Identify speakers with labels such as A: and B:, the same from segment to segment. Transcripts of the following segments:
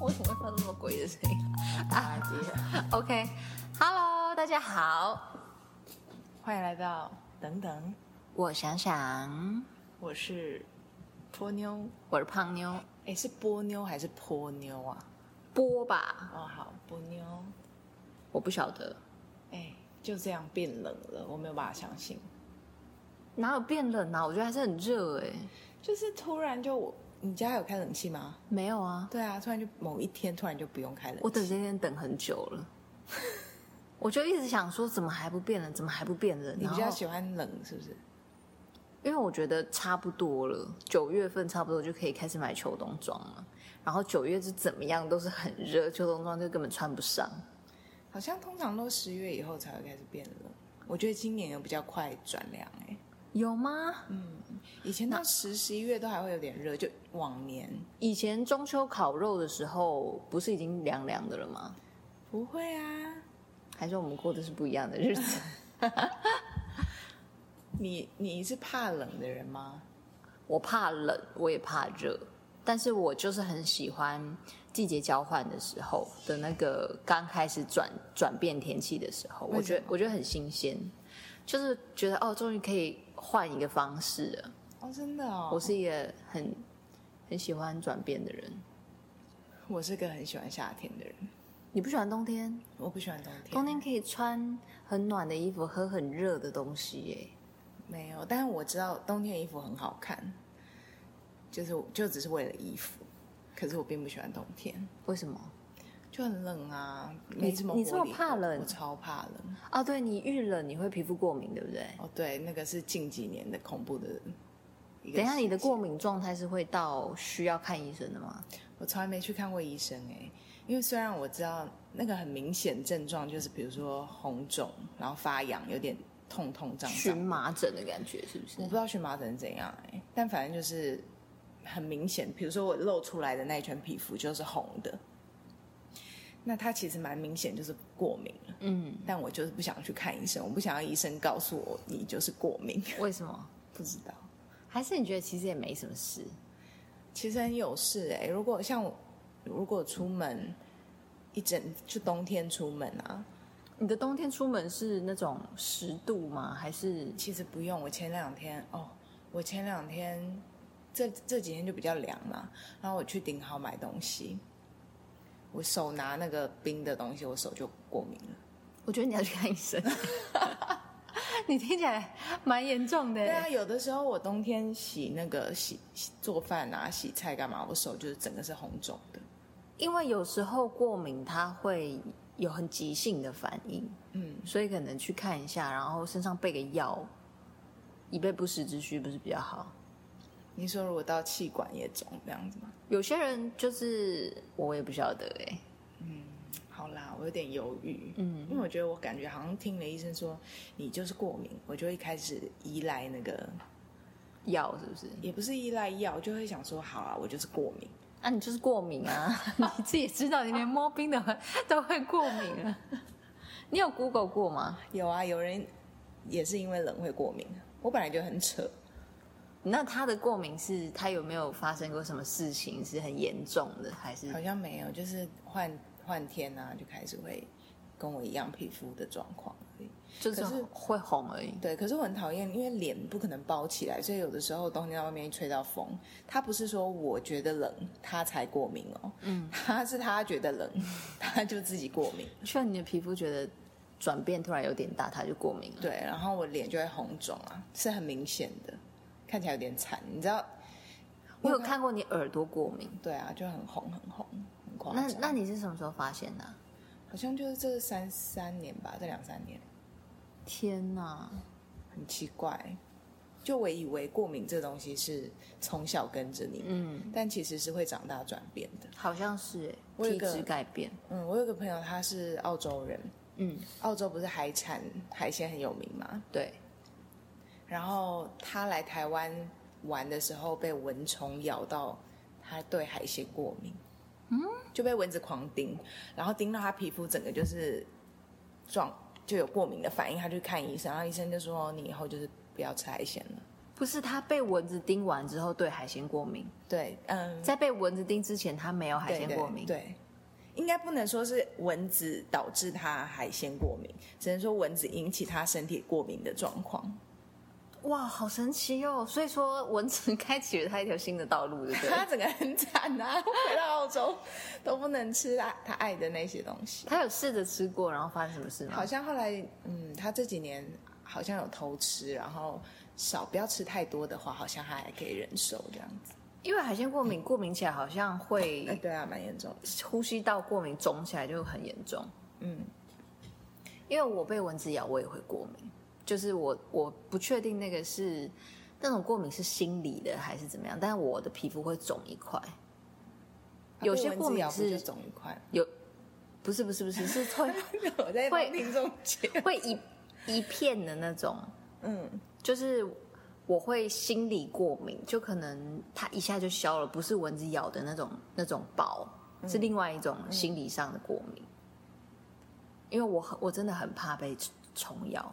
A: 为什么会发出那么鬼的声音
B: 垃圾，
A: ？OK，Hello，大家好，
B: 欢迎来到等等，
A: 我想想，
B: 我是波妞，
A: 我是胖妞
B: 哎，是波妞还是波妞啊？
A: 波吧，
B: 哦，好，波妞，
A: 我不晓得，
B: 哎，就这样变冷了，我没有办法相信，
A: 哪有变冷啊？我觉得还是很热哎、
B: 就是突然就我，你家有开冷气吗？
A: 没有啊，
B: 对啊，突然就某一天突然就不用开冷气，
A: 我等这天等很久了， 我就一直想说怎么还不变冷，怎么还不变冷？
B: 你
A: 然
B: 比
A: 后
B: 较喜欢冷是不是？
A: 因为我觉得差不多了，九月份差不多就可以开始买秋冬装了。然后九月是怎么样都是很热，秋冬装就根本穿不上。
B: 好像通常都十月以后才会开始变冷，我觉得今年有比较快转凉哎、
A: 有吗？
B: 以前到十十一月都还会有点热，就往年
A: 以前中秋烤肉的时候，不是已经凉凉的了吗？
B: 不会啊。
A: 还是我们过的是不一样的日子？
B: 你你是怕冷的人吗？
A: 我怕冷，我也怕热，但是我就是很喜欢季节交换的时候的那个刚开始转转变天气的时候，我觉
B: 为什
A: 得我觉得很新鲜，就是觉得哦，终于可以换一个方式了。
B: 哦，真的哦，
A: 我是一个很很喜欢转变的人。
B: 我是个很喜欢夏天的人，
A: 你不喜欢冬天？
B: 我不喜欢冬天，
A: 冬天可以穿很暖的衣服，喝很热的东西耶。
B: 没有，但是我知道冬天的衣服很好看，就是就只是为了衣服，可是我并不喜欢冬天，
A: 为什么？
B: 就很冷啊，没什么
A: 你这么
B: 活力
A: 怕冷
B: 我超怕冷。
A: 啊，对你遇冷你会皮肤过敏，对不对？
B: 哦，对，那个是近几年的恐怖的一个。
A: 等一下，你的过，敏状态是会到需要看医生的吗？
B: 我从来没去看过医生哎、因为虽然我知道那个很明显症状就是比如说红肿，然后发痒，有点痛痛胀胀
A: 荨，麻疹的感觉是不是
B: 我不？知道荨麻疹是怎样哎、但反正就是很明显，比如说我露出来的那一圈皮肤就是红的，那它其实蛮明显就是过敏了，
A: 嗯，
B: 但我就是不想去看医生，我不想要医生告诉我你就是过敏，
A: 为什么？
B: 不知道。
A: 还是你觉得其实也没什么事？
B: 其实很有事哎、如果像我，如果出门一整就冬天出门啊，
A: 你的冬天出门是那种十度吗？还是
B: 其实不用。我前两天哦，我前两天这这几天就比较凉嘛，然后我去顶好买东西，我手拿那个冰的东西，我手就过敏了。
A: 我觉得你要去看医生。 你听起来蛮严重的耶。
B: 对啊，有的时候我冬天洗那个洗洗做饭啊、洗菜干嘛，我手就是整个是红肿的。
A: 因为有时候过敏，它会有很急性的反应，
B: 嗯，
A: 所以可能去看一下，然后身上备个药，以备不时之需，不是比较好？
B: 你说如果到气管也肿这样子吗？
A: 有些人就是我也不晓得哎、
B: 好啦，我有点犹豫，
A: 嗯
B: 嗯，因为我觉得我感觉好像听了医生说你就是过敏，我就会开始依赖那个，
A: 药是不是？
B: 也不是依赖药，就会想说好啊，我就是过敏。
A: 啊，你就是过敏 啊！你自己也知道，你连摸冰的会都会过敏啊。 你有 Google 过吗？
B: 有啊，有人也是因为冷会过敏，啊我本来就很扯，
A: 那他的过敏是他有没有发生过什么事情是很严重的，还是
B: 好像没有，就是换换天啊，就开始会跟我一样皮肤的状况而已。
A: 就是
B: 可是
A: 会红而已？
B: 对，可是我很讨厌，因为脸不可能包起来，所以有的时候冬天在外面一吹到风，他不是说我觉得冷他才过敏哦，嗯，他是他觉得冷， 他就自己过敏，
A: 确实你的皮肤觉得转变突然有点大，它就过敏了。
B: 对，然后我脸就会红肿啊，是很明显的，看起来有点惨，你知道？
A: 我有看过你耳朵过敏，
B: 对啊，就很红很红，很夸
A: 那
B: 张。
A: 那你是什么时候发现的啊、
B: 好像就是这三三年吧，这两三年
A: 天哪！
B: 很奇怪。就我以为过敏这东西是从小跟着你，
A: 嗯，
B: 但其实是会长大转变的。
A: 好像是耶
B: 我有
A: 体
B: 一个
A: 质改变。
B: 嗯，我有个朋友他是澳洲人，
A: 嗯，
B: 澳洲不是海产海鲜很有名嘛，
A: 对，
B: 然后他来台湾玩的时候被蚊虫咬到，他对海鲜过敏，嗯，就被蚊子狂叮，然后叮到他皮肤整个就是状就有过敏的反应，他就去看医生，然后医生就说你以后就是不要吃海鲜了，
A: 不是他被蚊子叮完之后对海鲜过敏，
B: 对，嗯，
A: 在被蚊子叮之前他没有海
B: 对
A: 鲜
B: 对
A: 过敏。
B: 对，应该不能说是蚊子导致他海鲜过敏，只能说蚊子引起他身体过敏的状况。
A: 哇，好神奇哦！所以说蚊子 开启了他一条新的道路，对不
B: 他
A: 对？
B: 整个很惨啊， 回到澳洲都不能吃他他爱的那些东西。
A: 他有试着吃过，然后发生什么事吗
B: 好？像后来，嗯，他这几年好像有偷吃，然后少不要吃太多的话，好像他还可以忍受这样子。
A: 因为海鲜过敏，过敏起来好像
B: 哎、
A: 会
B: 对啊，蛮严重的。
A: 呼吸道过敏肿起来就很严重。
B: 嗯，
A: 因为我被蚊子咬，我也会过敏，就是我我不确定那个是那种过敏是心理的还是怎么样，但是我的皮肤会肿一块，有些
B: 被蚊子
A: 过敏
B: 咬不就是肿一块。
A: 有不是不是不是是会
B: 我在帮
A: 会
B: 听众解，
A: 会一一片的那种，
B: 嗯，
A: 就是我会心理过敏，就可能它一下就消了，不是蚊子咬的那种那种包，
B: 嗯
A: 是另外一种心理上的过敏。因为我很我真的很怕被虫虫咬，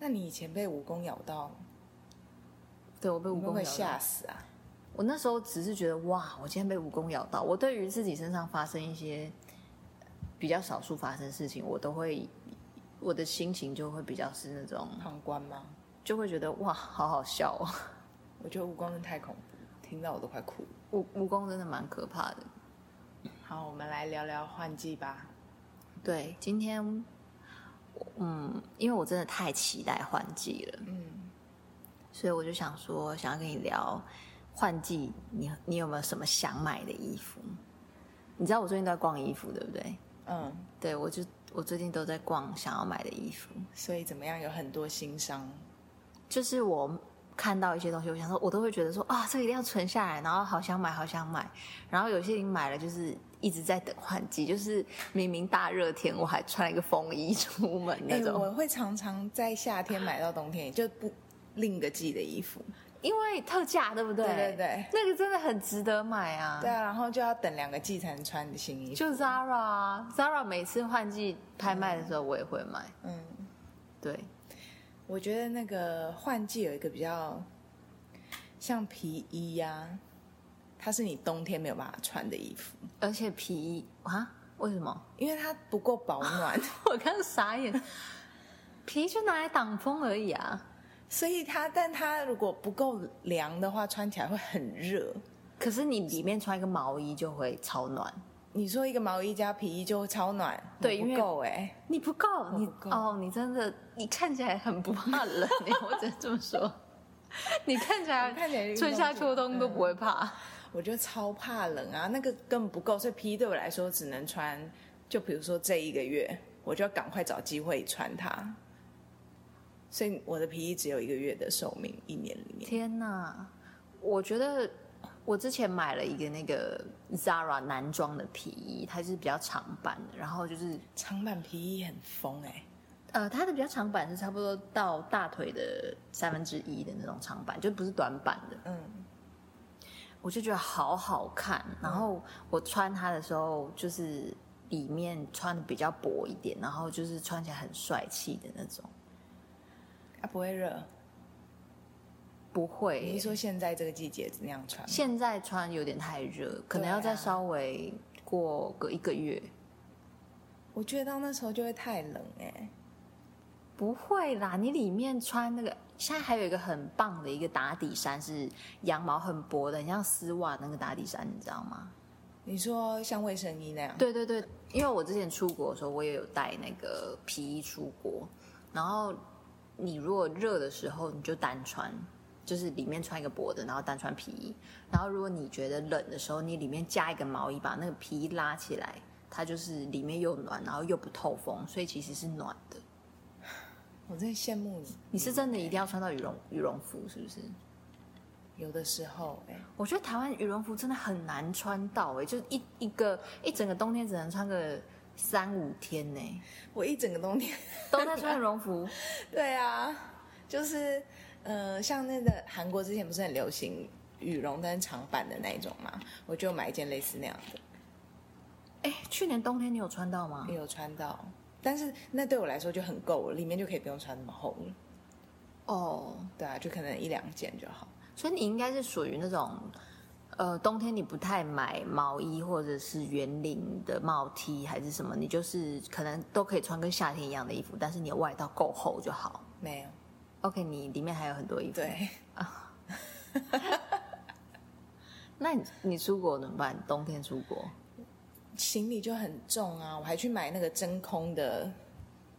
B: 那你以前被蜈蚣咬到，
A: 对我被
B: 你
A: 蜈
B: 会不
A: 蚣
B: 会
A: 咬到
B: 吓。死啊？
A: 我那时候只是觉得哇，我今天被蜈蚣咬到。我对于自己身上发生一些比较少数发生的事情，我都会我的心情就会比较是那种，
B: 旁观吗？
A: 就会觉得哇，好好笑哦。
B: 我觉得蜈蚣真的太恐怖，听到我都快哭。
A: 蜈蜈蚣真的蛮可怕的。
B: 好，我们来聊聊换季吧。
A: 对，今天，嗯，因为我真的太期待换季了，
B: 嗯，
A: 所以我就想说，想要跟你聊换季，你你有没有什么想买的衣服？你知道我最近都在逛衣服，对不对？
B: 嗯，
A: 对，我就我最近都在逛想要买的衣服，
B: 所以怎么样？有很多新伤，
A: 就是我看到一些东西，我想说，我都会觉得说啊，这个一定要存下来，然后好想买，好想买。然后有些已经买了，就是一直在等换季，就是明明大热天我还穿一个风衣出门那
B: 哎、
A: 种。
B: 我会常常在夏天买到冬天，也就不另一个季的衣服。
A: 因为特价，对不对？
B: 对对对，
A: 那个真的很值得买啊。
B: 对啊，然后就要等两个季才能穿新衣服。
A: 就 Zara 啊，Zara 每次换季拍卖的时候我也会买。
B: 嗯，
A: 对，
B: 我觉得那个换季有一个比较像皮衣呀、它是你冬天没有办法穿的衣服，
A: 而且皮衣啊，为什么？
B: 因为它不够保暖。
A: 我刚傻眼， 皮衣就拿来挡风而已啊。
B: 所以它，但它如果不够凉的话，穿起来会很热。
A: 可是你里面穿一个毛衣就会超暖，
B: 你说一个毛衣加皮衣就超暖，
A: 对
B: 我
A: 因为
B: 不够哎、
A: 你不够，你
B: 不够
A: 哦，你真的，你看起来很不怕冷，我只能这么说。你看起来
B: 我看起来运动
A: 春夏
B: 就
A: 秋冬都不会怕。
B: 我就超怕冷啊，那个根本不够，所以皮衣对我来说只能穿，就比如说这一个月，我就要赶快找机会穿它。所以我的皮衣只有一个月的寿命，一年里面。
A: 天呐，我觉得我之前买了一个那个 Zara 男装的皮衣，它就是比较长版的，然后就是
B: 长版皮衣很疯哎、
A: 呃，它的比较长版是差不多到大腿的三分之一的那种长版，就不是短版的。
B: 嗯，
A: 我就觉得好好看，然后我穿它的时候就是里面穿的比较薄一点，然后就是穿起来很帅气的那种。
B: 啊不会热。
A: 不会耶，
B: 你是说现在这个季节那样穿吗？
A: 现在穿有点太热，可能要
B: 对啊
A: 再稍微过个一个月。
B: 我觉得到那时候就会太冷哎、
A: 不会啦，你里面穿那个，现在还有一个很棒的一个打底衫，是羊毛很薄的，很像丝袜那个打底衫，你知道吗？
B: 你说像卫生衣那样，
A: 对对对，因为我之前出国的时候，我也有带那个皮衣出国，然后你如果热的时候，你就单穿，就是里面穿一个薄的，然后单穿皮衣，然后如果你觉得冷的时候，你里面加一个毛衣，把那个皮衣拉起来，它就是里面又暖，然后又不透风，所以其实是暖的。
B: 我真的羡慕你。
A: 你是真的一定要穿到羽绒羽绒服，是不是？
B: 有的时候哎、
A: 我觉得台湾羽绒服真的很难穿到哎、就一一个一整个冬天只能穿个三五天呢、
B: 我一整个冬天，
A: 都在穿羽绒服。
B: 对啊，就是呃，像那个韩国之前不是很流行羽绒但是长版的那一种嘛，我就买一件类似那样的，
A: 哎、去年冬天你有穿到吗？
B: 也有穿到，但是那对我来说就很够了，里面就可以不用穿那么厚了。
A: 哦，
B: 对啊，就可能一两件就好。
A: 所以你应该是属于那种，呃，冬天你不太买毛衣或者是圆领的帽 T 还是什么，你就是可能都可以穿跟夏天一样的衣服，但是你的外套够厚就好。
B: 没有，
A: OK，你里面还有很多衣服。，
B: 对，
A: 那你你出国怎么办？冬天出国，
B: 行李就很重啊，我还去买那个真空的，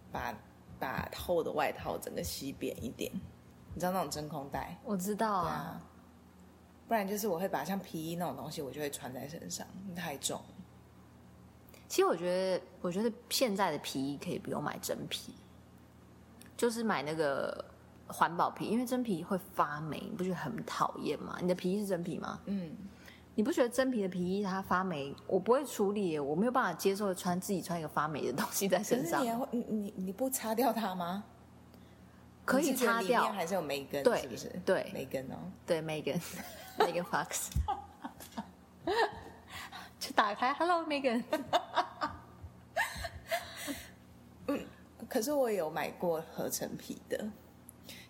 B: 把把厚的外套整个洗扁一点，你知道那种真空袋
A: 我知道
B: 对
A: 啊
B: 啊。不然就是我会把像皮衣那种东西，我就会穿在身上，太重。
A: 其实我觉得，我觉得现在的皮衣可以不用买真皮，就是买那个环保皮，因为真皮会发霉，你不觉得很讨厌吗？你的皮衣是真皮吗？
B: 嗯，
A: 你不觉得真皮的皮衣它发霉，我不会处理耶，我没有办法接受穿自己穿一个发霉的东西在
B: 可
A: 身
B: 是
A: 上
B: 你，还会，你你你不擦掉它吗？
A: 可
B: 你
A: 以
B: 是觉得
A: 擦
B: 里面
A: 掉。
B: 还是有梅根，
A: 对
B: 是不是？
A: 对
B: 梅根哦，
A: 对，Megan，Megan Fox，就打开，Hello Megan，
B: 可是我有买过合成皮的，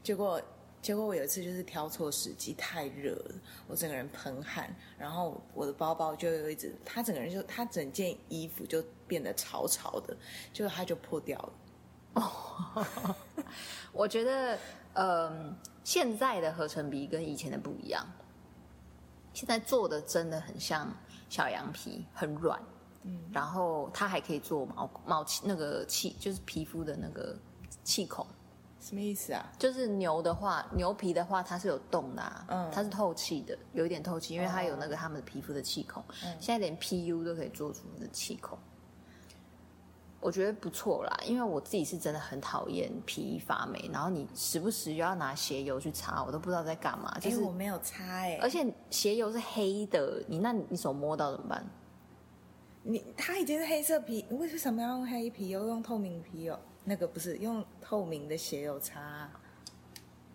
B: 结果结果我有一次就是挑错时机，太热了，我整个人喷汗，然后我的包包就有一直，它整个人就它整件衣服就变得潮潮的，就它就破掉了。
A: 我觉得，嗯、现在的合成皮跟以前的不一样，现在做的真的很像小羊皮，很软，嗯，然后它还可以做毛毛气那个气，就是皮肤的那个气孔。
B: 什么意思啊？
A: 就是牛的话，牛皮的话，它是有洞的、啊，
B: 嗯哦
A: 它是透气的，有一点透气，因为它有那个他们的皮肤的气孔。
B: 嗯
A: 现在连 PU 都可以做出的气孔，我觉得不错啦。因为我自己是真的很讨厌皮衣发霉，然后你时不时又要拿鞋油去擦，我都不知道在干嘛。
B: 哎、
A: 就是，
B: 我没有擦哎、
A: 而且鞋油是黑的，你那你手摸到怎么办？
B: 你它已经是黑色皮，你为什么要用黑皮又用透明皮哦？那个不是用透明的鞋油擦啊、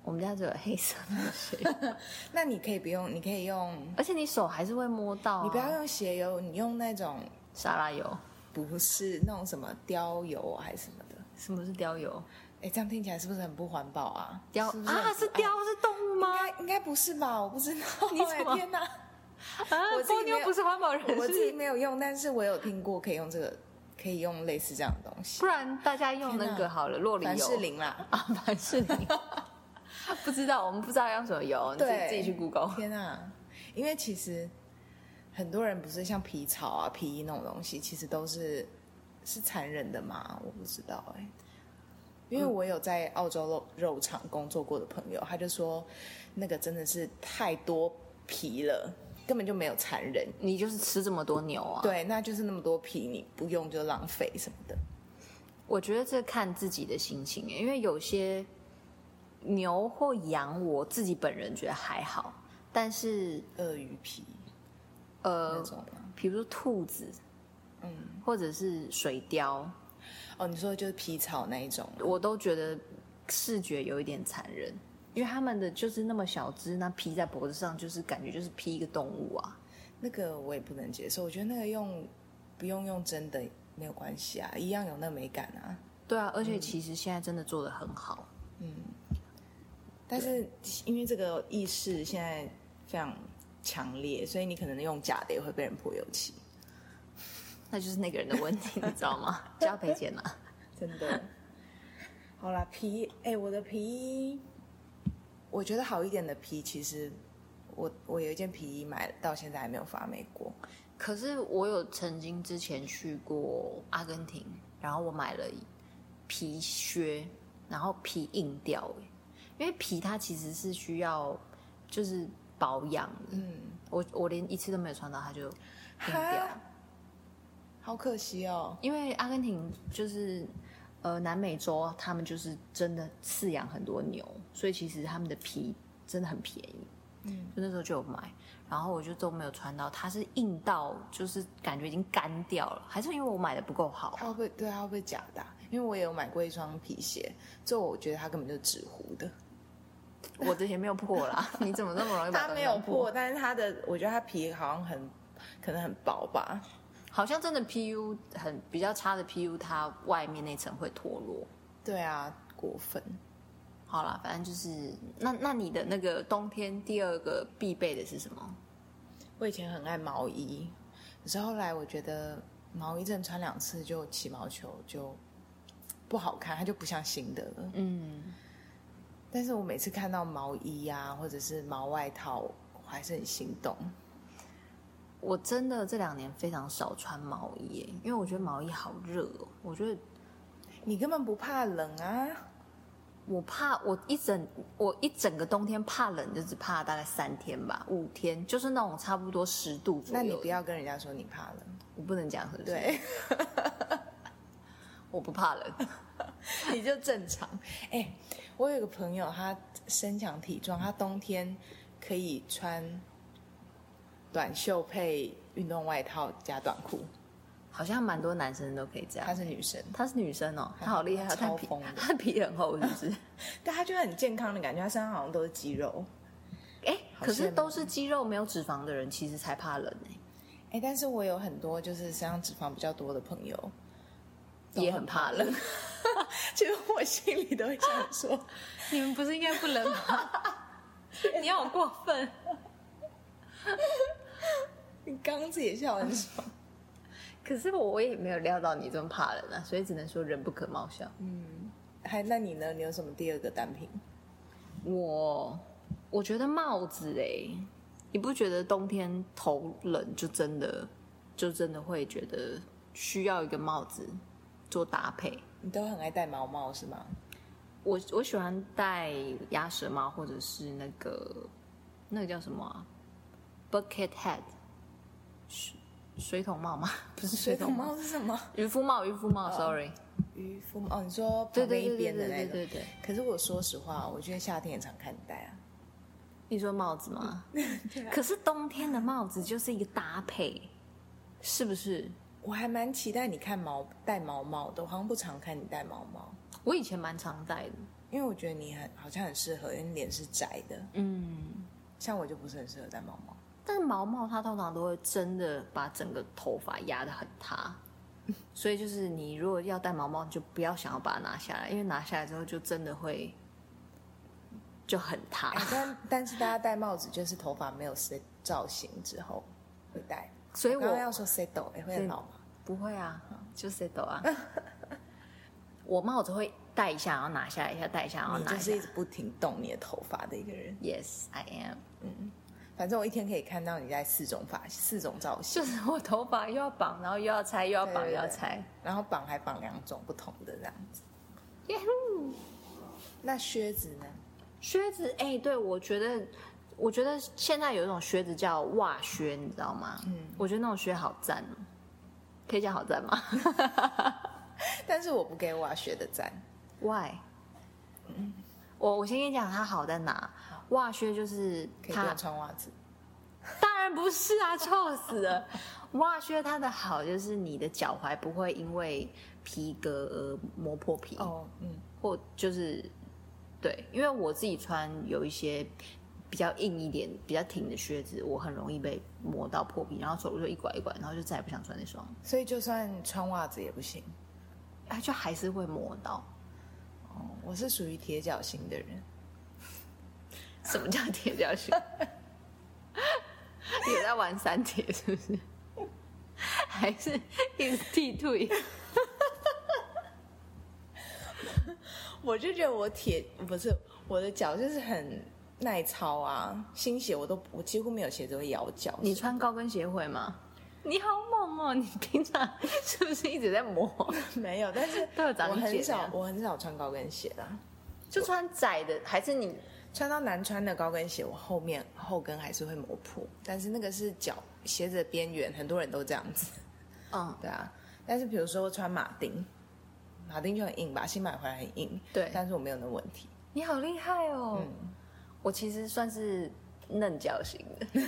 A: 我们家只有黑色的鞋，
B: 那你可以不用，你可以用，
A: 而且你手还是会摸到、啊。
B: 你不要用鞋油，你用那种
A: 沙拉油，
B: 不是那种什么雕油啊还是什么的。
A: 什么是雕油？
B: 哎，这样听起来是不是很不环保啊？
A: 雕
B: 是不是很
A: 啊，是雕是动物吗？
B: 哎应该应该不是吧？我不知道 哎。
A: 你怎么
B: 天哪，
A: 啊
B: 我自己没有
A: 是环保
B: 我自己没有用，但是我有听过可以用这个，可以用类似这样的东西
A: 不。然大家用那
B: 天
A: 个
B: 哪
A: 好了，洛梨
B: 凡士
A: 油
B: 林啦，
A: 啊， 凡士林，不知道我们不知道要用什么油，你自己
B: 对
A: 自己去 Google。
B: 天哪！因为其实很多人不是像皮草啊、皮衣那种东西，其实都是是残忍的嘛，我不知道哎、因为我有在澳洲肉肉厂工作过的朋友，他就说那个真的是太多皮了，根本就没有残忍。
A: 你就是吃这么多牛啊？，
B: 对，那就是那么多皮，你不用就浪费什么的。
A: 我觉得这看自己的心情，因为有些牛或羊，我自己本人觉得还好，但是
B: 鳄鱼皮那
A: 呃，
B: 种吗？
A: 比如说兔子，嗯，或者是水貂，
B: 哦，你说的就是皮草那一种，
A: 我都觉得视觉有一点残忍，因为他们的就是那么小只，那披在脖子上就是感觉就是披一个动物啊。
B: 那个我也不能接受。我觉得那个用不用用真的没有关系啊，一样有那美感啊。
A: 对啊，而且其实现在真的做的很好。
B: 但是因为这个意识现在非常强烈，所以你可能用假的也会被人泼油漆。
A: 那就是那个人的问题，你知道吗？ 就要赔钱了。
B: 真的。 好啦，皮，哎、我的皮衣，我觉得好一点的皮，其实我我有一件皮衣买到现在还没有发霉过。
A: 可是我有曾经之前去过阿根廷，然后我买了皮靴，然后皮硬掉、欸，因为皮它其实是需要就是保养的。
B: 嗯，
A: 我我连一次都没有穿到，它就硬掉。
B: 哈好可惜哦。
A: 因为阿根廷就是呃南美洲，他们就是真的饲养很多牛，所以其实他们的皮真的很便宜。嗯，就那时候就有买，然后我就都没有穿到，它是硬到就是感觉已经干掉了，还是因为我买的不够好
B: 它会不会对它会不会假的啊、因为我也有买过一双皮鞋，最后我觉得它根本就是纸糊的，
A: 我的也没有破啦， 你怎么那么容易把
B: 它
A: 东西
B: 没有
A: 弄
B: 破，，但是它的我觉得它皮好像很可能很薄吧。
A: 好像真的 PU 很比较差的 PU，它外面那层会脱落。
B: 对啊，过分。
A: 好啦，反正就是那那你的那个冬天第二个必备的是什么？
B: 我以前很爱毛衣，可是后来我觉得毛衣真的穿两次就起毛球就不好看，它就不像新的了。
A: 嗯，
B: 但是我每次看到毛衣啊，或者是毛外套，我还是很心动。
A: 我真的这两年非常少穿毛衣耶，因为我觉得毛衣好热哦。我觉得
B: 你根本不怕冷啊？
A: 我怕我一整我一整个冬天怕冷，就只怕大概三天吧，五天，就是那种差不多十度左右。
B: 那你不，要跟人家说你怕冷。
A: 我不能讲是不是？，
B: 对，
A: 我不怕冷。
B: 你就正常。哎、我有一个朋友，他身强体壮，他冬天可以穿短袖配运动外套加短裤。
A: 好像蛮多男生都可以这
B: 她
A: 样。
B: 是女生，
A: 她是女生哦，她好厉害哦，她
B: 超
A: 皮
B: 疯的
A: 她皮很厚是不 是？
B: 但她就很健康的感觉，她身上好像都是肌肉。
A: 哎、
B: 好
A: 可是
B: 羡慕
A: 都是肌肉没有脂肪的人，其实才怕冷哎、
B: 哎、但是我有很多就是身上脂肪比较多的朋友，
A: 也很怕冷。
B: 其实我心里都会想说，
A: 你们不是应该不冷吗？ 你好过分！
B: 你刚刚自己也笑很爽。
A: 可是我也没有料到你这么怕冷啊，所以只能说人不可貌相。
B: 还那你呢？你有什么第二个单品？
A: 我我觉得帽子哎、你不觉得冬天头冷就真的就真的会觉得需要一个帽子做搭配？
B: 你都很爱戴毛帽是吗？
A: 我我喜欢戴鸭舌帽，或者是那个那个叫什么啊，bucket head，水水桶帽吗？不是水桶帽，
B: 帽是 什么？
A: 渔夫帽，渔夫帽，sorry，
B: 渔夫帽哦，你说
A: 对
B: 旁边
A: 对
B: 一
A: 对对
B: 边的
A: 对
B: 那
A: 对
B: 个。
A: 对对。
B: 可是我说实话，我觉得夏天也常看你戴啊。
A: 你说帽子吗？
B: 嗯
A: 可是冬天的帽子就是一个搭配，是不是？
B: 我还蛮期待你看毛戴毛帽的，我好像不常看你戴毛帽，
A: 我以前蛮常戴的，
B: 因为我觉得你很好像很适合，因为你脸是窄的，
A: 嗯，
B: 像我就不是很适合戴毛 帽。
A: 但是毛毛它通常都会真的把整个头发压得很塌，所以就是你如果要戴毛帽，你就不要想要把它拿下来，因为拿下来之后就真的会就很 塌
B: 哎。但但是大家戴帽子就是头发没有 set 造型之后会戴，
A: 所以
B: 我刚刚
A: 我
B: 要说 settle 欸也、会很老吗？
A: 不会啊，就是抖 啊，我帽子会戴一下，然后拿下来一下，戴一下，然后
B: 你
A: 拿哦
B: 就
A: 一
B: 是
A: 下
B: 一。直不停动你的头发的一个人。
A: Yes, I am.
B: 反正我一天可以看到你戴四种发四种造型，
A: 就是我头发又要绑，然后又要拆，又要绑，
B: 对对
A: 又
B: 对
A: 要拆。
B: 然后绑还绑两种不同的这样子。那靴子呢？
A: 靴子，哎、对我觉得，我觉得现在有一种靴子叫袜靴，你知道吗？嗯，我觉得那种靴好赞哦，可以叫好赞吗
B: 但是我不给瓦靴的赞，
A: ？Why？我
B: 嗯
A: 我先跟你讲它好在哪，袜靴就是
B: 可以不
A: 它
B: 用穿袜子。
A: 当然不是啊， 臭死了！袜靴它的好就是你的脚踝不会因为皮革而磨破皮
B: 哦，嗯，
A: 或就是对，因为我自己穿有一些比较硬一点、比较挺的靴子，我很容易被磨到破皮，然后走路就一拐一拐，然后就再也不想穿那双，
B: 所以就算穿袜子也不行。
A: 它就还是会磨到。
B: 哦，我是属于铁脚型的人，
A: 什么叫铁脚靴？ 也在玩三铁是不是？还是一直剃腿？
B: 我就觉得我铁不是我的脚就是很耐操啊，新鞋我都我几乎没有鞋子会咬脚。
A: 你穿高跟鞋会吗？你好猛哦！你平常是不是一直在磨？
B: 没有，但是
A: 都有长
B: 我很
A: 茧
B: 少
A: 啊
B: 我很少穿高跟鞋啦，
A: 就穿窄的，还是你
B: 穿到难穿的高跟鞋，我后面后跟还是会磨破，但是那个是脚鞋子的边缘，很多人都这样子。
A: 嗯
B: 对啊，但是比如说穿马丁，马丁就很硬吧，新买回来很硬。
A: 对
B: 但是我没有那问题。
A: 你好厉害哦！我其实算是嫩脚型的，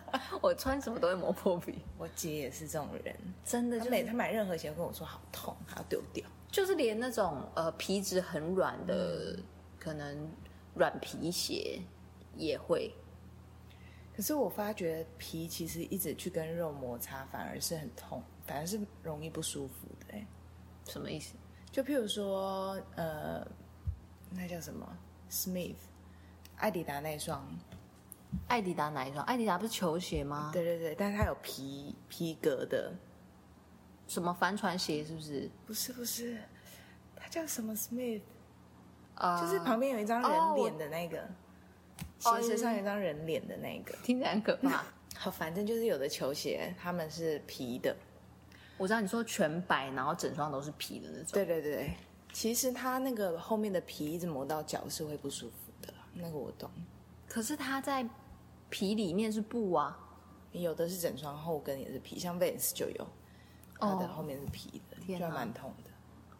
A: 我穿什么都会磨破皮，
B: 我姐也是这种人，
A: 真的
B: 她
A: 就
B: 每
A: 是
B: 她买任何鞋跟我说好痛，还要丢掉。
A: 就是连那种呃皮质很软的，可能软皮鞋也会。
B: 可是我发觉皮其实一直去跟肉摩擦，反而是很痛，反而是容易不舒服的、欸。
A: 什么意思？
B: 就譬如说，呃，那叫什么 Smith，艾迪达那双，
A: 艾迪达哪一双？艾迪达不是球鞋吗？
B: 对对对，但是它有皮皮革的，
A: 什么帆船鞋是不是？
B: 不是不是，它叫什么 Smith，、
A: 啊
B: 就是旁边有一张
A: 哦
B: 人
A: 我
B: 脸的那个，
A: 哦
B: 鞋舌上有一张人脸的那个。
A: 听起来很可怕。
B: 好，反正就是有的球鞋他们是皮的，
A: 我知道你说全白，然后整双都是皮的那种。
B: 对对对，其实它那个后面的皮一直磨到脚是会不舒服的，那个我懂。
A: 可是它在皮里面是布啊！
B: 有的是整双后跟也是皮，像 Vans 就有，它的
A: 哦
B: 后面是皮的，
A: 天
B: 就还
A: 哪
B: 蛮痛的。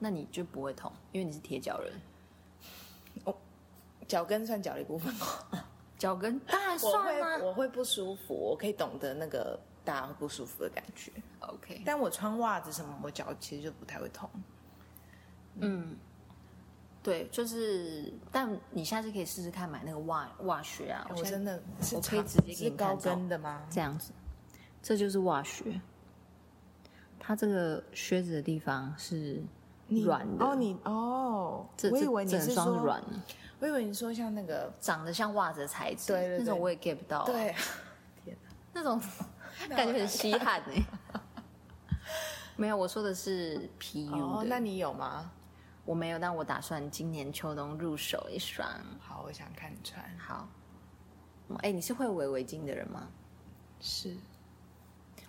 A: 那你就不会痛，因为你是铁脚人。
B: 脚跟算脚的一 部分吗？
A: 脚跟当然
B: 我
A: 算
B: 会
A: 啦、
B: 我会不舒服，我可以懂得那个大家会不舒服的感觉。
A: OK，
B: 但我穿袜子什么，我脚其实就不太会痛。
A: 对，就是，但你下次可以试试看买那个袜袜靴啊。
B: 哎我
A: 现在
B: 真的是
A: 我可以
B: 长
A: 直接给
B: 是
A: 你
B: 高
A: 看照
B: 跟的吗？
A: 这样子，这就是袜靴。它这个靴子的地方是
B: 你
A: 软的，
B: 哦，你哦，
A: 这
B: 我以
A: 这
B: 为你
A: 整
B: 是
A: 双
B: 说
A: 是软的，
B: 我以为你说像那个
A: 长得像袜子的材质，
B: 对对对
A: 那种我也 get 不到、，
B: 对，哦
A: 那种 感觉很稀罕呢、 没有，我说的是皮 U 的，
B: 哦，那你有吗？
A: 我没有，但我打算今年秋冬入手一双。
B: 好，我想看你穿。
A: 好，嗯哎、你是会围围巾的人吗？
B: 是，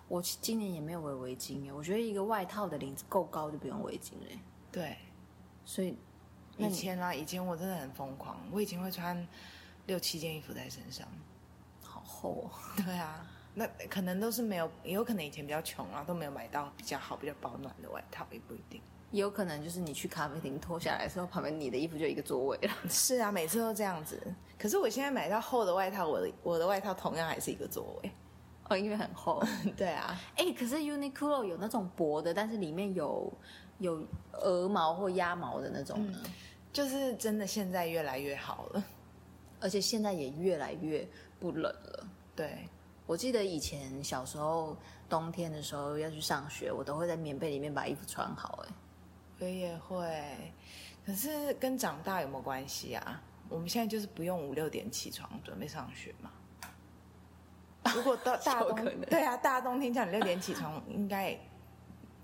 A: 我其今年也没有围围巾耶，我觉得一个外套的领子够高就不用围巾嘞，
B: 对，
A: 所以那
B: 以
A: 你
B: 前啊，以前我真的很疯狂，我以前会穿六七件衣服在身上。
A: 好厚、哦。
B: 对啊，那可能都是没有，也有可能以前比较穷啊，都没有买到比较好、比较保暖的外套，也不一定。
A: 也有可能就是你去咖啡厅脱下来的时候，旁边你的衣服就一个座位了。
B: 是啊，每次都这样子。可是我现在买到厚的外套，我的我的外套同样还是一个座位。
A: 哦，因为很厚。
B: 对啊，
A: 哎、可是 Uniqlo 有那种薄的，但是里面有有鹅毛或鸭毛的那种呢。
B: 就是真的现在越来越好了。
A: 而且现在也越来越不冷了。
B: 对，
A: 我记得以前小时候冬天的时候要去上学，我都会在棉被里面把衣服穿好、哎，
B: 我也会，可是跟长大有没有关系啊？我们现在就是不用五六点起床准备上学 嘛。如果到大
A: 有
B: 冬
A: 可能
B: 对啊，大冬天叫你六点起床，应该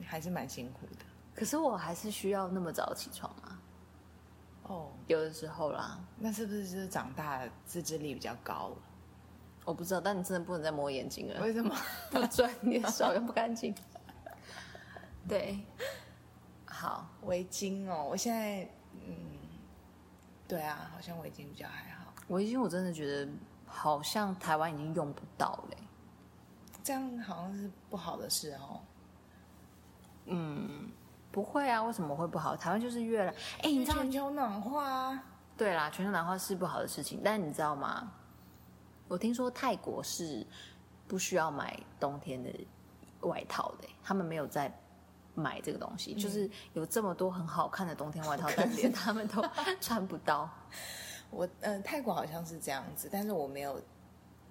B: 还是蛮辛苦的
A: 可是我还是需要那么早起床啊，
B: 哦。
A: 有的时候啦，
B: 那是不是就是长大了自制力比较高了？
A: 我不知道，但你真的不能再摸眼睛了，
B: 为什么？
A: 不准你的手又不干净。对，好，
B: 围巾哦，我现在嗯，对啊，好像围巾比较还好。
A: 围巾我真的觉得好像台湾已经用不到欸嘞、
B: 这样好像是不好的事哦。
A: 不会啊，为什么会不好？台湾就是越来，哎、你
B: 因为
A: 知道
B: 全球暖化啊，
A: 对啦，全球暖化是不好的事情，但你知道吗？我听说泰国是不需要买冬天的外套的欸、他们没有在买这个东
B: 嗯
A: 西，就是有这么多很好看的冬天外 套，但是他们都穿不到。
B: 我嗯、呃泰国好像是这样子，但是我没有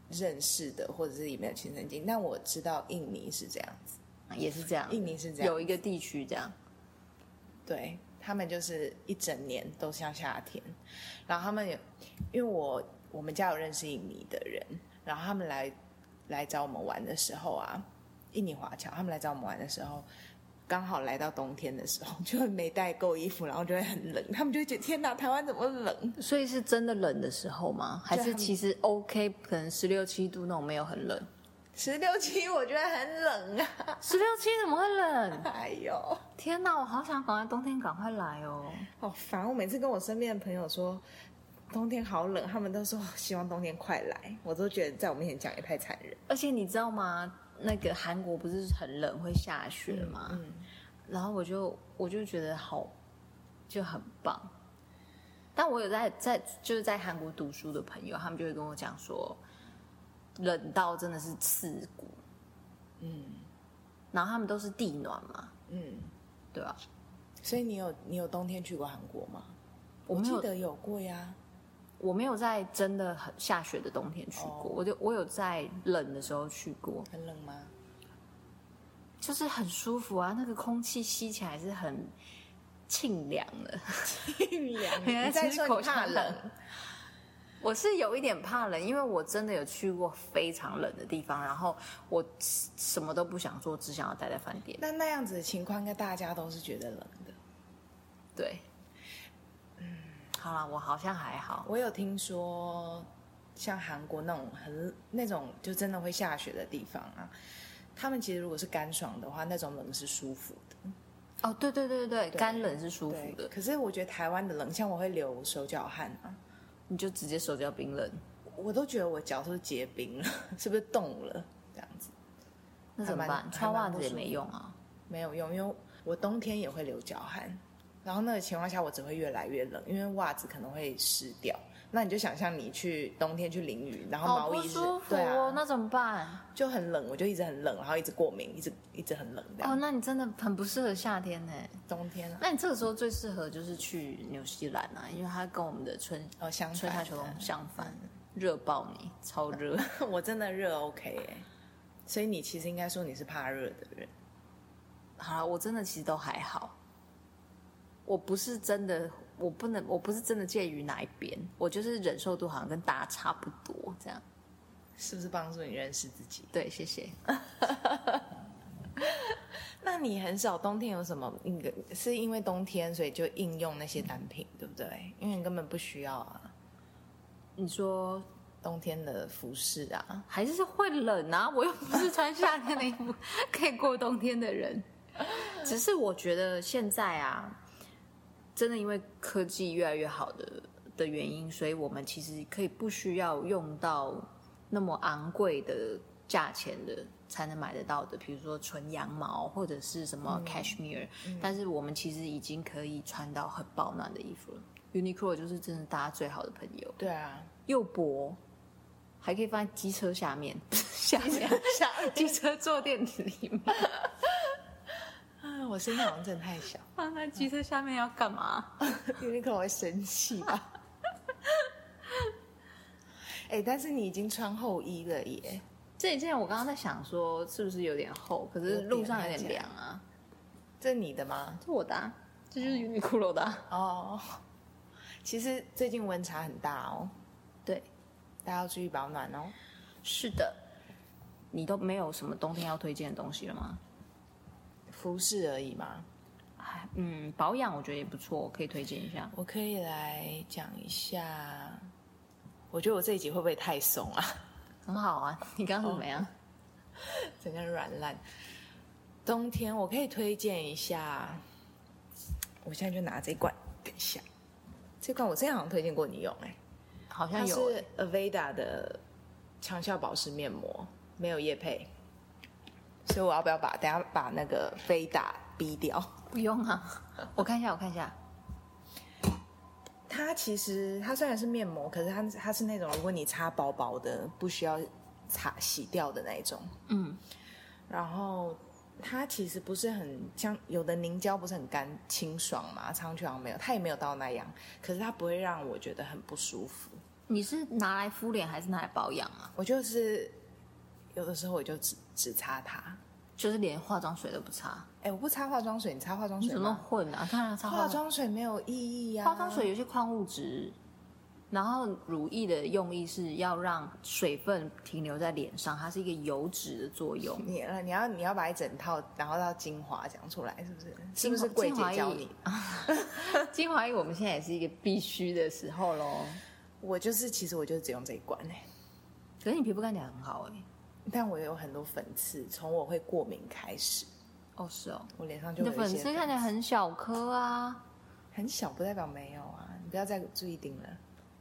B: 认识的，或者是也没有亲身经历。但我知道印尼是这样子，
A: 也是这样，
B: 印尼是这样
A: 有一个地区这样，
B: 对他们就是一整年都像夏天。然后他们有，因为我我们家有认识印尼的人，然后他们来来找我们玩的时候啊，印尼华侨他们来找我们玩的时候。刚好来到冬天的时候，就会没带够衣服，然后就会很冷，他们就会觉得天哪，台湾怎么冷？
A: 所以是真的冷的时候吗？还
B: 对
A: 是
B: 他们
A: 其实 OK，可能十六七度那种没有很冷？
B: 十六七我觉得很冷啊！
A: 十六七怎么会冷？
B: 哎呦，
A: 天哪，我好想赶快冬天赶快来哦！
B: 好烦！我每次跟我身边的朋友说冬天好冷，他们都说希望冬天快来，我都觉得在我面前讲也太残忍。
A: 而且你知道吗？那个韩国不是很冷，会下雪吗？
B: 嗯，
A: 然后我就我就觉得好，就很棒。但我有在在就是在韩国读书的朋友，他们就会跟我讲说，冷到真的是刺骨。
B: 嗯，
A: 然后他们都是地暖嘛，
B: 嗯，
A: 对吧、
B: 所以你有你有冬天去过韩国吗？
A: 我
B: 我
A: 没
B: 记
A: 有
B: 得有过呀。
A: 我没有在真的很下雪的冬天去过，
B: 哦
A: 我就我有在冷的时候去过，
B: 很冷吗？
A: 就是很舒服啊，那个空气吸起来是很沁凉了。
B: 你再说你怕冷，
A: 我是有一点怕冷，因为我真的有去过非常冷的地方，然后我什么都不想做，只想要待在饭店。
B: 那那样子的情况，应该大家都是觉得冷的。
A: 对，嗯，好了，我好像还好。
B: 我有听说，像韩国那种很那种就真的会下雪的地方啊，他们其实如果是干爽的话，那种冷是舒服的。
A: 哦，对对对对对，
B: 对
A: 干冷是舒服
B: 对，
A: 的，
B: 可是我觉得台湾的冷，像我会流手脚汗啊，
A: 你就直接手脚冰冷，
B: 我都觉得我脚是不是结冰了，是不是冻了这样子？
A: 那怎么
B: 还
A: 办？
B: 蛮
A: 穿袜
B: 还蛮
A: 子
B: 不
A: 也
B: 舒服
A: 没用啊。
B: 没有用，因为我冬天也会流脚汗，然后那个情况下我只会越来越冷，因为袜子可能会湿掉。那你就想象你去冬天去淋雨，然后
A: 好
B: 毛
A: 不
B: 衣是，
A: 舒服
B: 对
A: 哦，
B: 啊，
A: 那怎么办？
B: 就很冷，我就一直很冷，然后一直过敏，一直一直很冷这样。
A: 哦，那你真的很不适合夏天呢。
B: 冬天啊，
A: 那你这个时候最适合就是去纽西兰啊，因为它跟我们的春
B: 哦，相
A: 春夏
B: 反
A: 秋冬相反，热爆你，超热。
B: 的， 我真的热 OK 哎、所以你其实应该说你是怕热的人。
A: 好了，我真的其实都还好，我不是真的，我不能，我不是真的介于哪一边，我就是忍受度好像跟大家差不多这样。
B: 是不是帮助你认识自己？
A: 对，谢谢。
B: 那你很少冬天有什么？那个是因为冬天所以就应用那些单品，对不对？因为你根本不需要啊，
A: 你说
B: 冬天的服饰啊。
A: 还是会冷啊， 我又不是穿夏天的衣服可以过冬天的人。只是我觉得现在啊，真的因为科技越来越好的的原因，所以我们其实可以不需要用到那么昂贵的价钱的才能买得到的，比如说纯羊毛或者是什么 cashmere，、但是我们其实已经可以穿到很保暖的衣服了。Uniqlo 就是真的大家最好的朋友。
B: 对 啊，
A: 又薄，还可以放在机车下面， 下面
B: 像
A: 机车坐垫里面。
B: 啊，我声音好像真的太小
A: 放在机车下面要干嘛？
B: ，Uniqlo 会生气吧？ 哎、但是你已经穿厚衣了耶，
A: 这一件我刚刚在想说是不是有点厚，可是路上有点凉啊。
B: 这你的吗？
A: 这我的、啊，这就是 Uniqlo 的、啊。
B: 哦，其实最近温差很大哦，
A: 对，
B: 大家要注意保暖哦。
A: 是的。你都没有什么冬天要推荐的东西了吗？
B: 服饰而已嘛，
A: 哎，嗯，保养我觉得也不错，我可以推荐一下。
B: 我可以来讲一下。我觉得我这一集会不会太怂啊？
A: 很好啊， 你刚刚怎么样？
B: 整个软烂。冬天我可以推荐一下，我现在就拿这一罐，等一下，这罐我之前好像推荐过你用哎、
A: 好
B: 它
A: 像有
B: 是 Aveda 的强效保湿面膜，没有液配，所以我要不要把等一下把那个 Aveda 逼掉？
A: 不用啊， 我看一下，我看一下。
B: 它其实它虽然是面膜，可是它它是那种如果你擦薄薄的，不需要擦洗掉的那一种。
A: 嗯，
B: 然后它其实不是很像有的凝胶不是很干清爽嘛，苍去好像没有，它也没有到那样，可是它不会让我觉得很不舒服。
A: 你是拿来敷脸还是拿来保养啊？
B: 我就是有的时候我就只只擦它，
A: 就是连化妆水都不擦，
B: 哎，我不擦化妆水，你擦化妆
A: 你
B: 水
A: 怎么
B: 吗？
A: 混啊？当然擦
B: 化
A: 化
B: 妆水没有意义啊呀、
A: 化妆水有些矿物质，然后乳液的用意是要让水分停留在脸上，它是一个油脂的作用。
B: 你呃你要你要把一整套，然后到精华讲出来，是不是？是
A: 精华
B: 不是柜
A: 精华
B: 姐
A: 液
B: 教你的？
A: 精华液我们现在也是一个必须的时候喽。
B: 我就是其实我就只用这一罐哎、
A: 可是你皮肤看起来很好哎、
B: 但我有很多粉刺，从我会过敏开始，
A: 哦是哦，
B: 我脸上就
A: 你的
B: 有一
A: 粉
B: 些
A: 刺看起来很小颗啊，
B: 很小，不代表没有啊。你不要再注意盯了，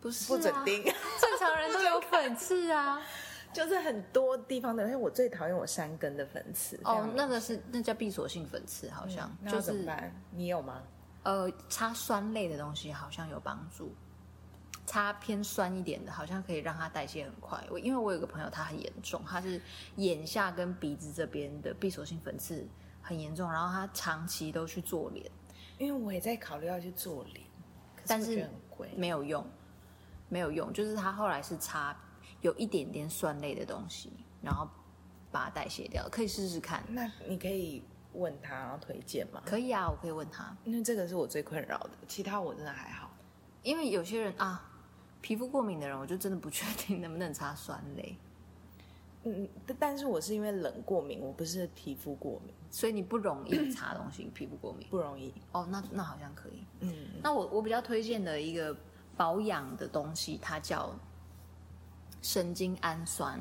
A: 不是、啊？
B: 不准盯，
A: 正常人都有粉刺啊。
B: 就是很多地方的。因为我最讨厌我山根的粉刺。非
A: 哦
B: 常，
A: 那个是那叫闭锁性粉刺，好像、
B: 嗯那
A: 就
B: 要怎么
A: 是
B: 办？你有吗？
A: 呃，擦酸类的东西好像有帮助，擦偏酸一点的，好像可以让它代谢很快。我因为我有个朋友，他很严重，他是眼下跟鼻子这边的闭锁性粉刺很严重，然后他长期都去做脸，
B: 因为我也在考虑要去做脸，可
A: 但
B: 我觉
A: 是
B: 得很贵。
A: 没有用，没有用，就是他后来是擦有一点点酸类的东西，然后把它代谢掉，可以试试看。
B: 那你可以问他，然后推荐吗？
A: 可以啊，我可以问他，
B: 因为这个是我最困扰的，其他我真的还好。
A: 因为有些人啊，皮肤过敏的人，我就真的不确定能不能擦酸类，
B: 嗯，但但是我是因为冷过敏，我不是皮肤过敏，
A: 所以你不容易擦东西，皮肤过敏。
B: 不容易。
A: 哦，那那好像可以。
B: 嗯，
A: 那我我比较推荐的一个保养的东西，它叫神经氨酸。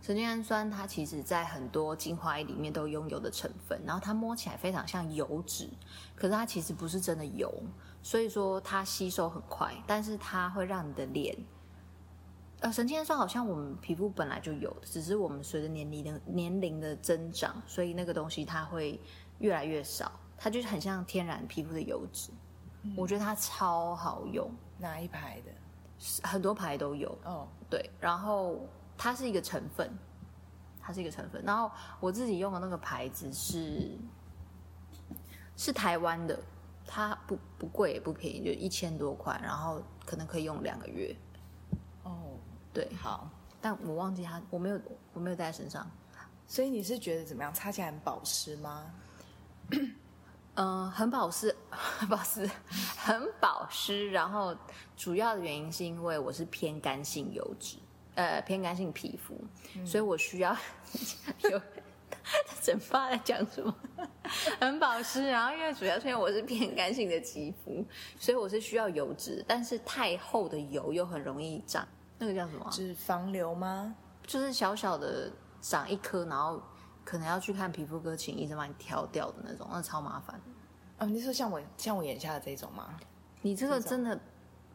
A: 神经氨酸它其实在很多精华液里面都拥有的成分，然后它摸起来非常像油脂，可是它其实不是真的油，所以说它吸收很快，但是它会让你的脸。呃，神经氨酸好像我们皮肤本来就有，只是我们随着年龄的年龄的增长，所以那个东西它会越来越少，它就是很像天然皮肤的油脂。我觉得它超好用，
B: 哪一排的？
A: 很多牌都有。
B: 哦，
A: 对，然后它是一个成分，它是一个成分。然后我自己用的那个牌子是是台湾的，它不不贵也不便宜，就一千多块，然后可能可以用两个月。
B: 哦，
A: 对，
B: 好。
A: 但我忘记它，我没有我没有带在身上。
B: 所以你是觉得怎么样？擦起来很保湿吗？
A: 嗯、很保湿， 很保湿，很保湿。然后主要的原因是因为我是偏干性油脂，呃，偏干性皮肤，所以我需要 有。他整发在讲什么？ 很保湿，然后因为主要是因为我是偏干性的肌肤，所以我是需要油脂，但是太厚的油又很容易长，那个叫什么啊？
B: 是防流吗？
A: 就是小小的长一颗，然后可能要去看皮肤科，请医生帮你挑掉的那种，那超麻烦。
B: 哦，你是说像我像我眼下的这种吗？
A: 你这个真的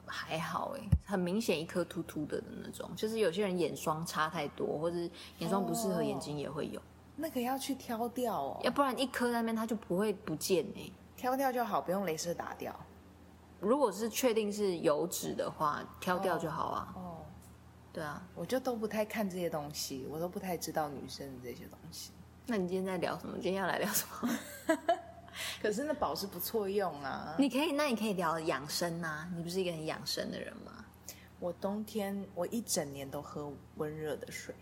A: 还好哎、很明显一颗凸凸的的那种，就是有些人眼霜差太多，或者是眼霜不适合
B: 哦
A: 眼睛也会有，
B: 那个要去挑掉哦，
A: 要不然一颗在那边它就不会不见哎、
B: 挑掉就好，不用镭射打掉。
A: 如果是确定是油脂的话，挑掉就好啊。
B: 哦，
A: 对啊，
B: 我就都不太看这些东西，我都不太知道女生这些东西。
A: 那你今天在聊什么？今天要来聊什么？
B: 可是那保湿不错用啊。
A: 你可以，那你可以聊养生啊。你不是一个很养生的人吗？
B: 我冬天我一整年都喝温热的水，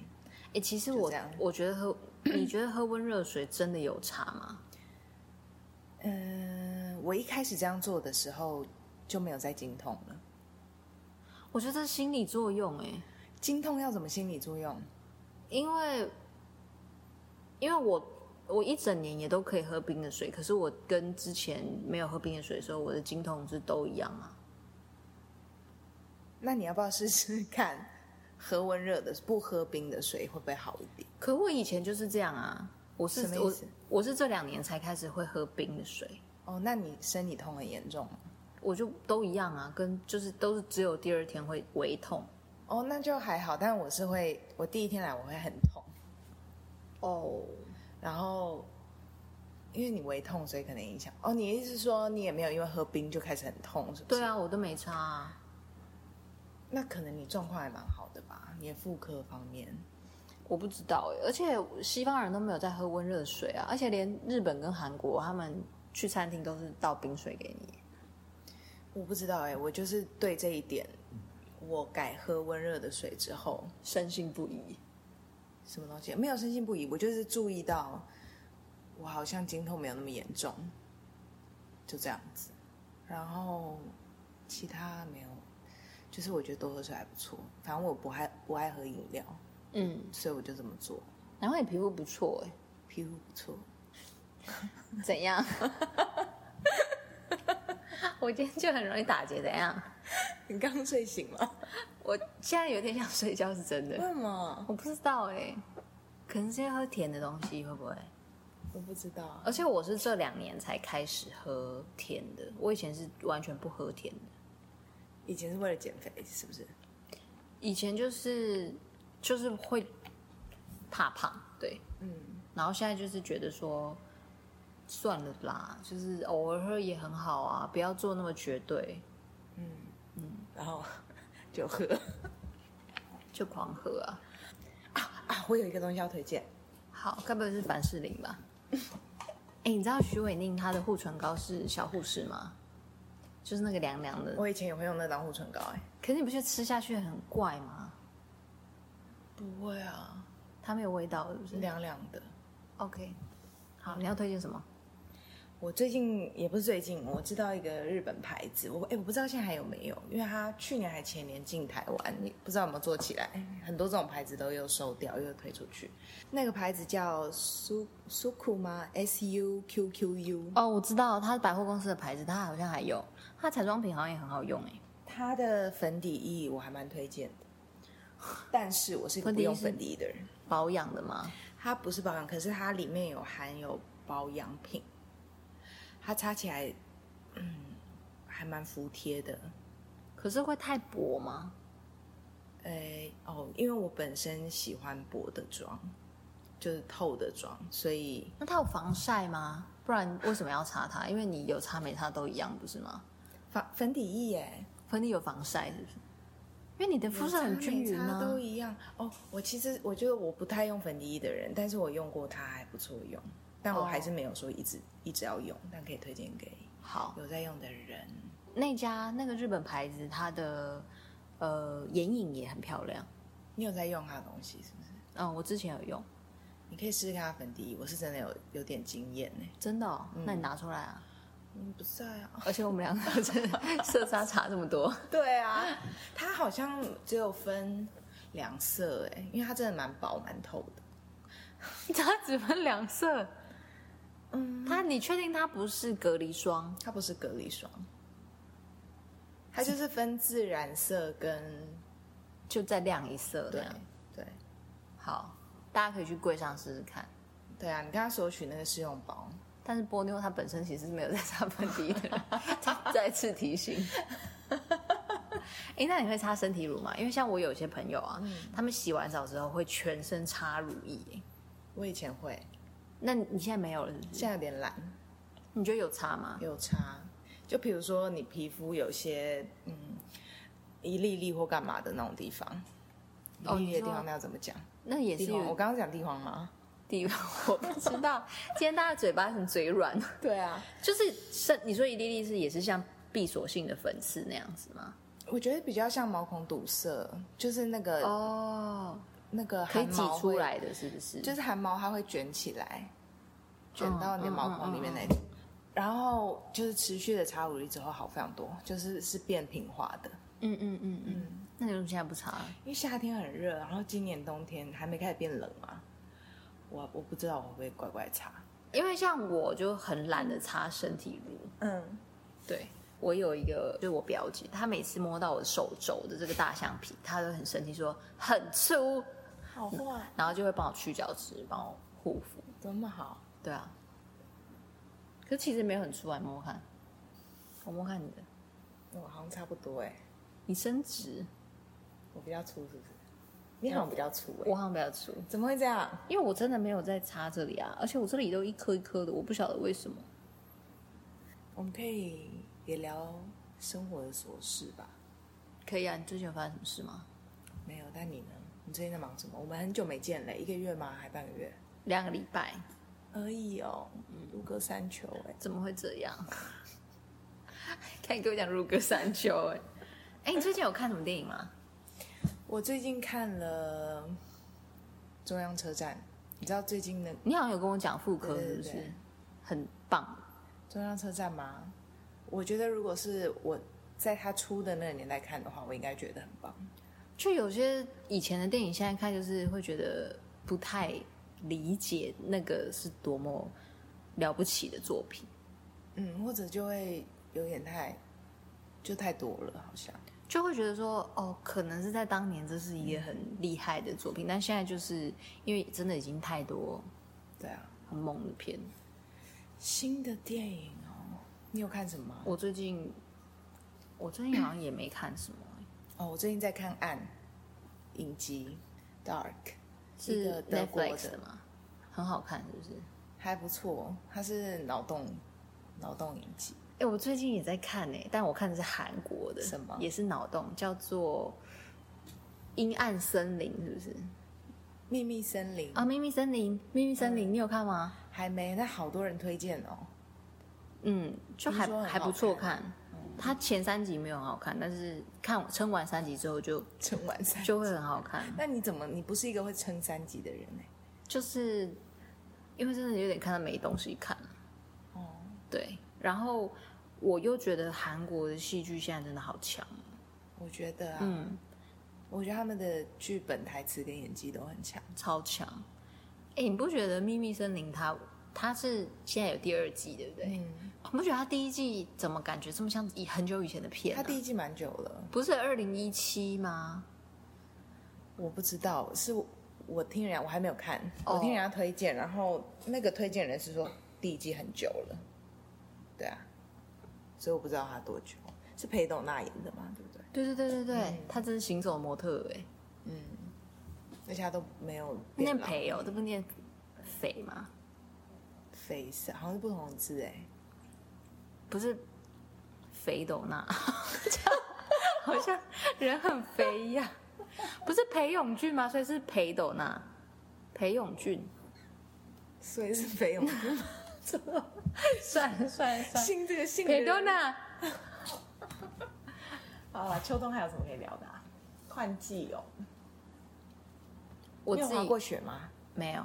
A: 哎、其实我
B: 这样
A: 我觉得喝， 你觉得喝温热水真的有差吗？
B: 嗯，我一开始这样做的时候就没有再经痛了。
A: 我觉得这是心理作用哎、
B: 经痛要怎么心理作用？
A: 因为因为我我一整年也都可以喝冰的水，可是我跟之前没有喝冰的水的时候，我的经痛是都一样啊。
B: 那你要不要试试看，喝温热的不喝冰的水会不会好一点？
A: 可我以前就是这样啊，我是
B: 什么意
A: 我
B: 思
A: 我是这两年才开始会喝冰的水，
B: 哦，那你生理痛很严重吗
A: 我就都一样啊，跟就是都是只有第二天会微痛。
B: 哦，那就还好。但我是会，我第一天来我会很痛，
A: 哦，
B: 然后因为你胃痛，所以可能影响。哦，你的意思是说你也没有因为喝冰就开始很痛，是不是？
A: 对啊，我都没差啊。
B: 那可能你状况还蛮好的吧？你的妇科方面，
A: 我不知道哎、而且西方人都没有在喝温热水啊，而且连日本跟韩国他们去餐厅都是倒冰水给你。
B: 我不知道哎、我就是对这一点，我改喝温热的水之后，
A: 深信不疑。
B: 什么东西没有深信不疑，我就是注意到我好像经痛没有那么严重，就这样子。然后其他没有，就是我觉得多喝水还不错。反正我不爱不爱喝饮料，
A: 嗯，
B: 所以我就这么做，
A: 然后你皮肤不错哎、
B: 皮肤不错。
A: 怎 样？我今天就很容易打结，怎样？
B: 你刚睡醒吗？
A: 我现在有点想睡觉，是真
B: 为
A: 的。
B: 什么？
A: 我不知道哎、可能是因为喝甜的东西会不会？
B: 我不知道。
A: 而且我是这两年才开始喝甜的，我以前是完全不喝甜的。
B: 以前是为了减肥，是不是？
A: 以前就是就是会怕胖，对，
B: 嗯，
A: 然后现在就是觉得说算了啦，就是偶尔喝也很好啊，不要做那么绝对，
B: 然后就喝
A: 就狂喝啊。
B: 啊！我有一个东西要推荐，
A: 好，该不会是凡士林 吧？哎、你知道徐伟宁她的护唇膏是小护士吗？就是那个凉凉的，
B: 我以前也会用那当护唇膏、哎，
A: 可是你不觉得吃下去很怪吗？
B: 不会啊，啊嗯
A: 它没有味道，是不是
B: 凉凉的。
A: ？OK，好，你要推荐什么？
B: 我最近也不是最近，我知道一个日本牌子，我哎、我不知道现在还有没有，因为它去年还前年进台湾，你不知道有没有做起来。很多这种牌子都又收掉，又推出去。那个牌子叫苏苏库吗？S U Q Q U。
A: 哦，我知道，它是百货公司的牌子，它好像还有，它彩妆品好像也很好用哎、
B: 它的粉底液我还蛮推荐的，但是我是一个
A: 粉
B: 不
A: 底液
B: 用
A: 是
B: 粉底液的人。
A: 保养的吗？
B: 它不是保养，可是它里面有含有保养品，它擦起来，嗯，还蛮服帖的。
A: 可是会太薄吗？
B: 诶，哦，因为我本身喜欢薄的妆，就是透的妆，所以
A: 那它有防晒吗？不然为什么要擦它？因为你有擦没擦都一样，不是吗？
B: 粉粉底液耶，
A: 粉底有防晒是不是？因为你的肤色
B: 有
A: 很
B: 擦
A: 均
B: 没
A: 匀
B: 擦
A: 啊。
B: 都一样。哦，我其实我觉得我不太用粉底液的人，但是我用过它还不错用，但我
A: 哦
B: 还是没有说一直一直要用，但可以推荐给
A: 好，
B: 有在用的人。
A: 那家那个日本牌子，它的呃眼影也很漂亮。
B: 你有在用它的东西是不是？
A: 嗯，我之前有用，
B: 你可以试试看它粉底液，我是真的有有点经验呢。
A: 真的、哦。那你拿出来啊！
B: 嗯，不在 啊。
A: 而且我们两个真的色差差这么多，
B: 对 啊，它好像只有分两色哎，因为它真的蛮薄蛮透的。
A: 它只分两色。嗯，它你确定它不是隔离霜？
B: 它不是隔离霜，它就是分自然色 跟
A: 就再亮一色这
B: 对
A: 样。
B: 对
A: 好，大家可以去柜上试试看。
B: 对啊！你刚刚索取那个试用包，
A: 但是波妞她本身其实是没有在擦粉底的，再次提醒。 哎、那你会擦身体乳吗？因为像我有些朋友啊，
B: 嗯
A: 他们洗完澡之后会全身擦乳液、欸
B: 我以前会，
A: 那你现在没有了是不是？
B: 现在有点懒，
A: 你觉得有擦吗？
B: 有差。就比如说你皮肤有些嗯一粒粒或干嘛的那种地方，
A: 哦
B: 一粒粒的
A: 你
B: 地
A: 说
B: 方那要怎么讲？
A: 那也是
B: 地方，我
A: 有
B: 刚刚讲地方吗？
A: 地方，我不知 道。今天大家嘴巴很嘴软，
B: 对啊，
A: 就是身你说一粒粒是也是像闭锁性的粉刺那样子吗？
B: 我觉得比较像毛孔堵塞，就是那个、
A: 哦，
B: 那个
A: 可以
B: 汗
A: 挤
B: 毛
A: 出
B: 会，
A: 来的是不是？
B: 就是是汗毛它会卷起来，卷
A: 嗯
B: 到你的
A: 嗯
B: 毛
A: 嗯
B: 孔里面
A: 嗯
B: 那种。然后就是持续的擦乳液之后好非常多，就是是变平滑的。
A: 嗯嗯嗯嗯。那你为什么现在不擦了？
B: 因为夏天很热，然后今年冬天还没开始变冷嘛，我我不知道我会不会乖乖擦。
A: 因为像我就很懒得擦身体乳，
B: 嗯，
A: 对我有一个就是我表姐，她每次摸到我手肘的这个大橡皮，她都很生气说很粗，
B: 好坏，
A: 然后就会帮我去角质，帮我护肤，
B: 多么好。
A: 对啊。可是其实没有很粗啊，你摸摸看，我摸看你的，
B: 我好像差不多哎、
A: 你伸直，
B: 我比较粗是不是？你好像比较粗哎、
A: 我好像比较粗，
B: 怎么会这样？
A: 因为我真的没有在擦这里啊，而且我这里都一颗一颗的，我不晓得为什么。
B: 我们可以也聊生活的琐事吧？
A: 可以啊，你最近有发生什么事吗？
B: 没有，但你呢？你最近在忙什么？我们很久没见了，一个月吗？还半个月？
A: 两个礼拜，
B: 而已哦，如隔三秋哎、
A: 怎么会这样？ 看你给我讲《如隔三秋》哎，哎，你最近有看什么电影吗？
B: 我最近看了《中央车站》，你知道最近的《
A: 你好像有跟我讲妇科
B: 对对
A: 是不是？
B: 对对
A: 很棒，
B: 中央车站》吗？我觉得如果是我在他出的那个年代看的话，我应该觉得很棒。
A: 就有些以前的电影现在看就是会觉得不太理解那个是多么了不起的作品，
B: 嗯，或者就会有点太就太多了，好像。
A: 就会觉得说哦，可能是在当年这是一
B: 嗯
A: 个很厉害的作品，但现在就是因为真的已经太多
B: 对啊，
A: 很猛的片了。
B: 新的电影哦，你有看什么吗？
A: 我最近我最近好像也没看什么、欸
B: 哦，我最近在看《暗》影集，《Dark》一
A: 是
B: 个德国
A: Netflix 的
B: 的，
A: 吗？很好看，是不是？
B: 还不错。它是脑洞脑洞影集，
A: 哎、我最近也在看呢、但我看的是韩国的，
B: 什么
A: 也是脑洞，叫做《阴暗森林》，是不是？
B: 《秘密森林》
A: 啊，《秘密森林》，《秘密森林》，你有看吗？
B: 还没，但好多人推荐哦。
A: 嗯，就还
B: 听说很好
A: 还不错看。嗯它前三集没有很好看，但是看撑完三集之后就
B: 撑完三，
A: 就会很好看。
B: 那你怎么？你不是一个会撑三集的人呢、
A: 就是因为真的有点看到没东西看。
B: 哦，
A: 对，然后我又觉得韩国的戏剧现在真的好强，
B: 我觉得啊，
A: 嗯，
B: 我觉得他们的剧本、台词跟演技都很强。
A: 超强。哎，你不觉得《秘密森林》它它是现在有第二季，对不对？
B: 嗯，
A: 你不觉得它第一季怎么感觉这么像以很久以前的片、啊？
B: 他第一季蛮久了，
A: 不是二零一七吗？
B: 我不知道，是我我听人家我还没有看，
A: 哦
B: 我听人家推荐，然后那个推荐人是说第一季很久了，对啊，所以我不知道他多久。是裴斗娜演的嘛，对不对？
A: 对对对对对，他真是行走模特哎、
B: 而且他都没有
A: 念
B: 变老
A: 培哦，这不念肥吗？
B: face，好像是不同的字哎。
A: 不是肥斗 那，好像人很肥一样。 不是裴勇俊吗？所以是裴斗那，裴勇俊。
B: 所以是肥勇 俊，
A: 算了算了算了，
B: 姓这个姓的
A: 裴
B: 人
A: 斗那。
B: 好了，秋冬还有什么可以聊的、啊？换季哦，
A: 我
B: 你
A: 自
B: 有滑
A: 己
B: 过雪吗？
A: 没有，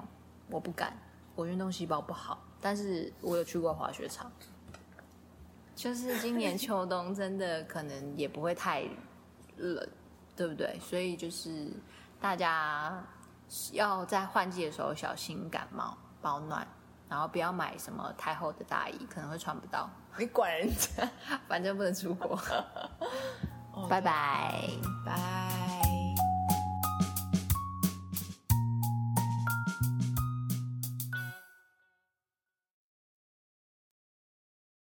A: 我不敢，我运动细胞不好。但是我有去过滑雪场，就是今年秋冬真的可能也不会太冷，对不对？所以就是大家要在换季的时候小心感冒，保暖，然后不要买什么太厚的大衣，可能会穿不到。
B: 你管人家？
A: 反正不能出国，
B: 哦
A: 拜拜。
B: 拜。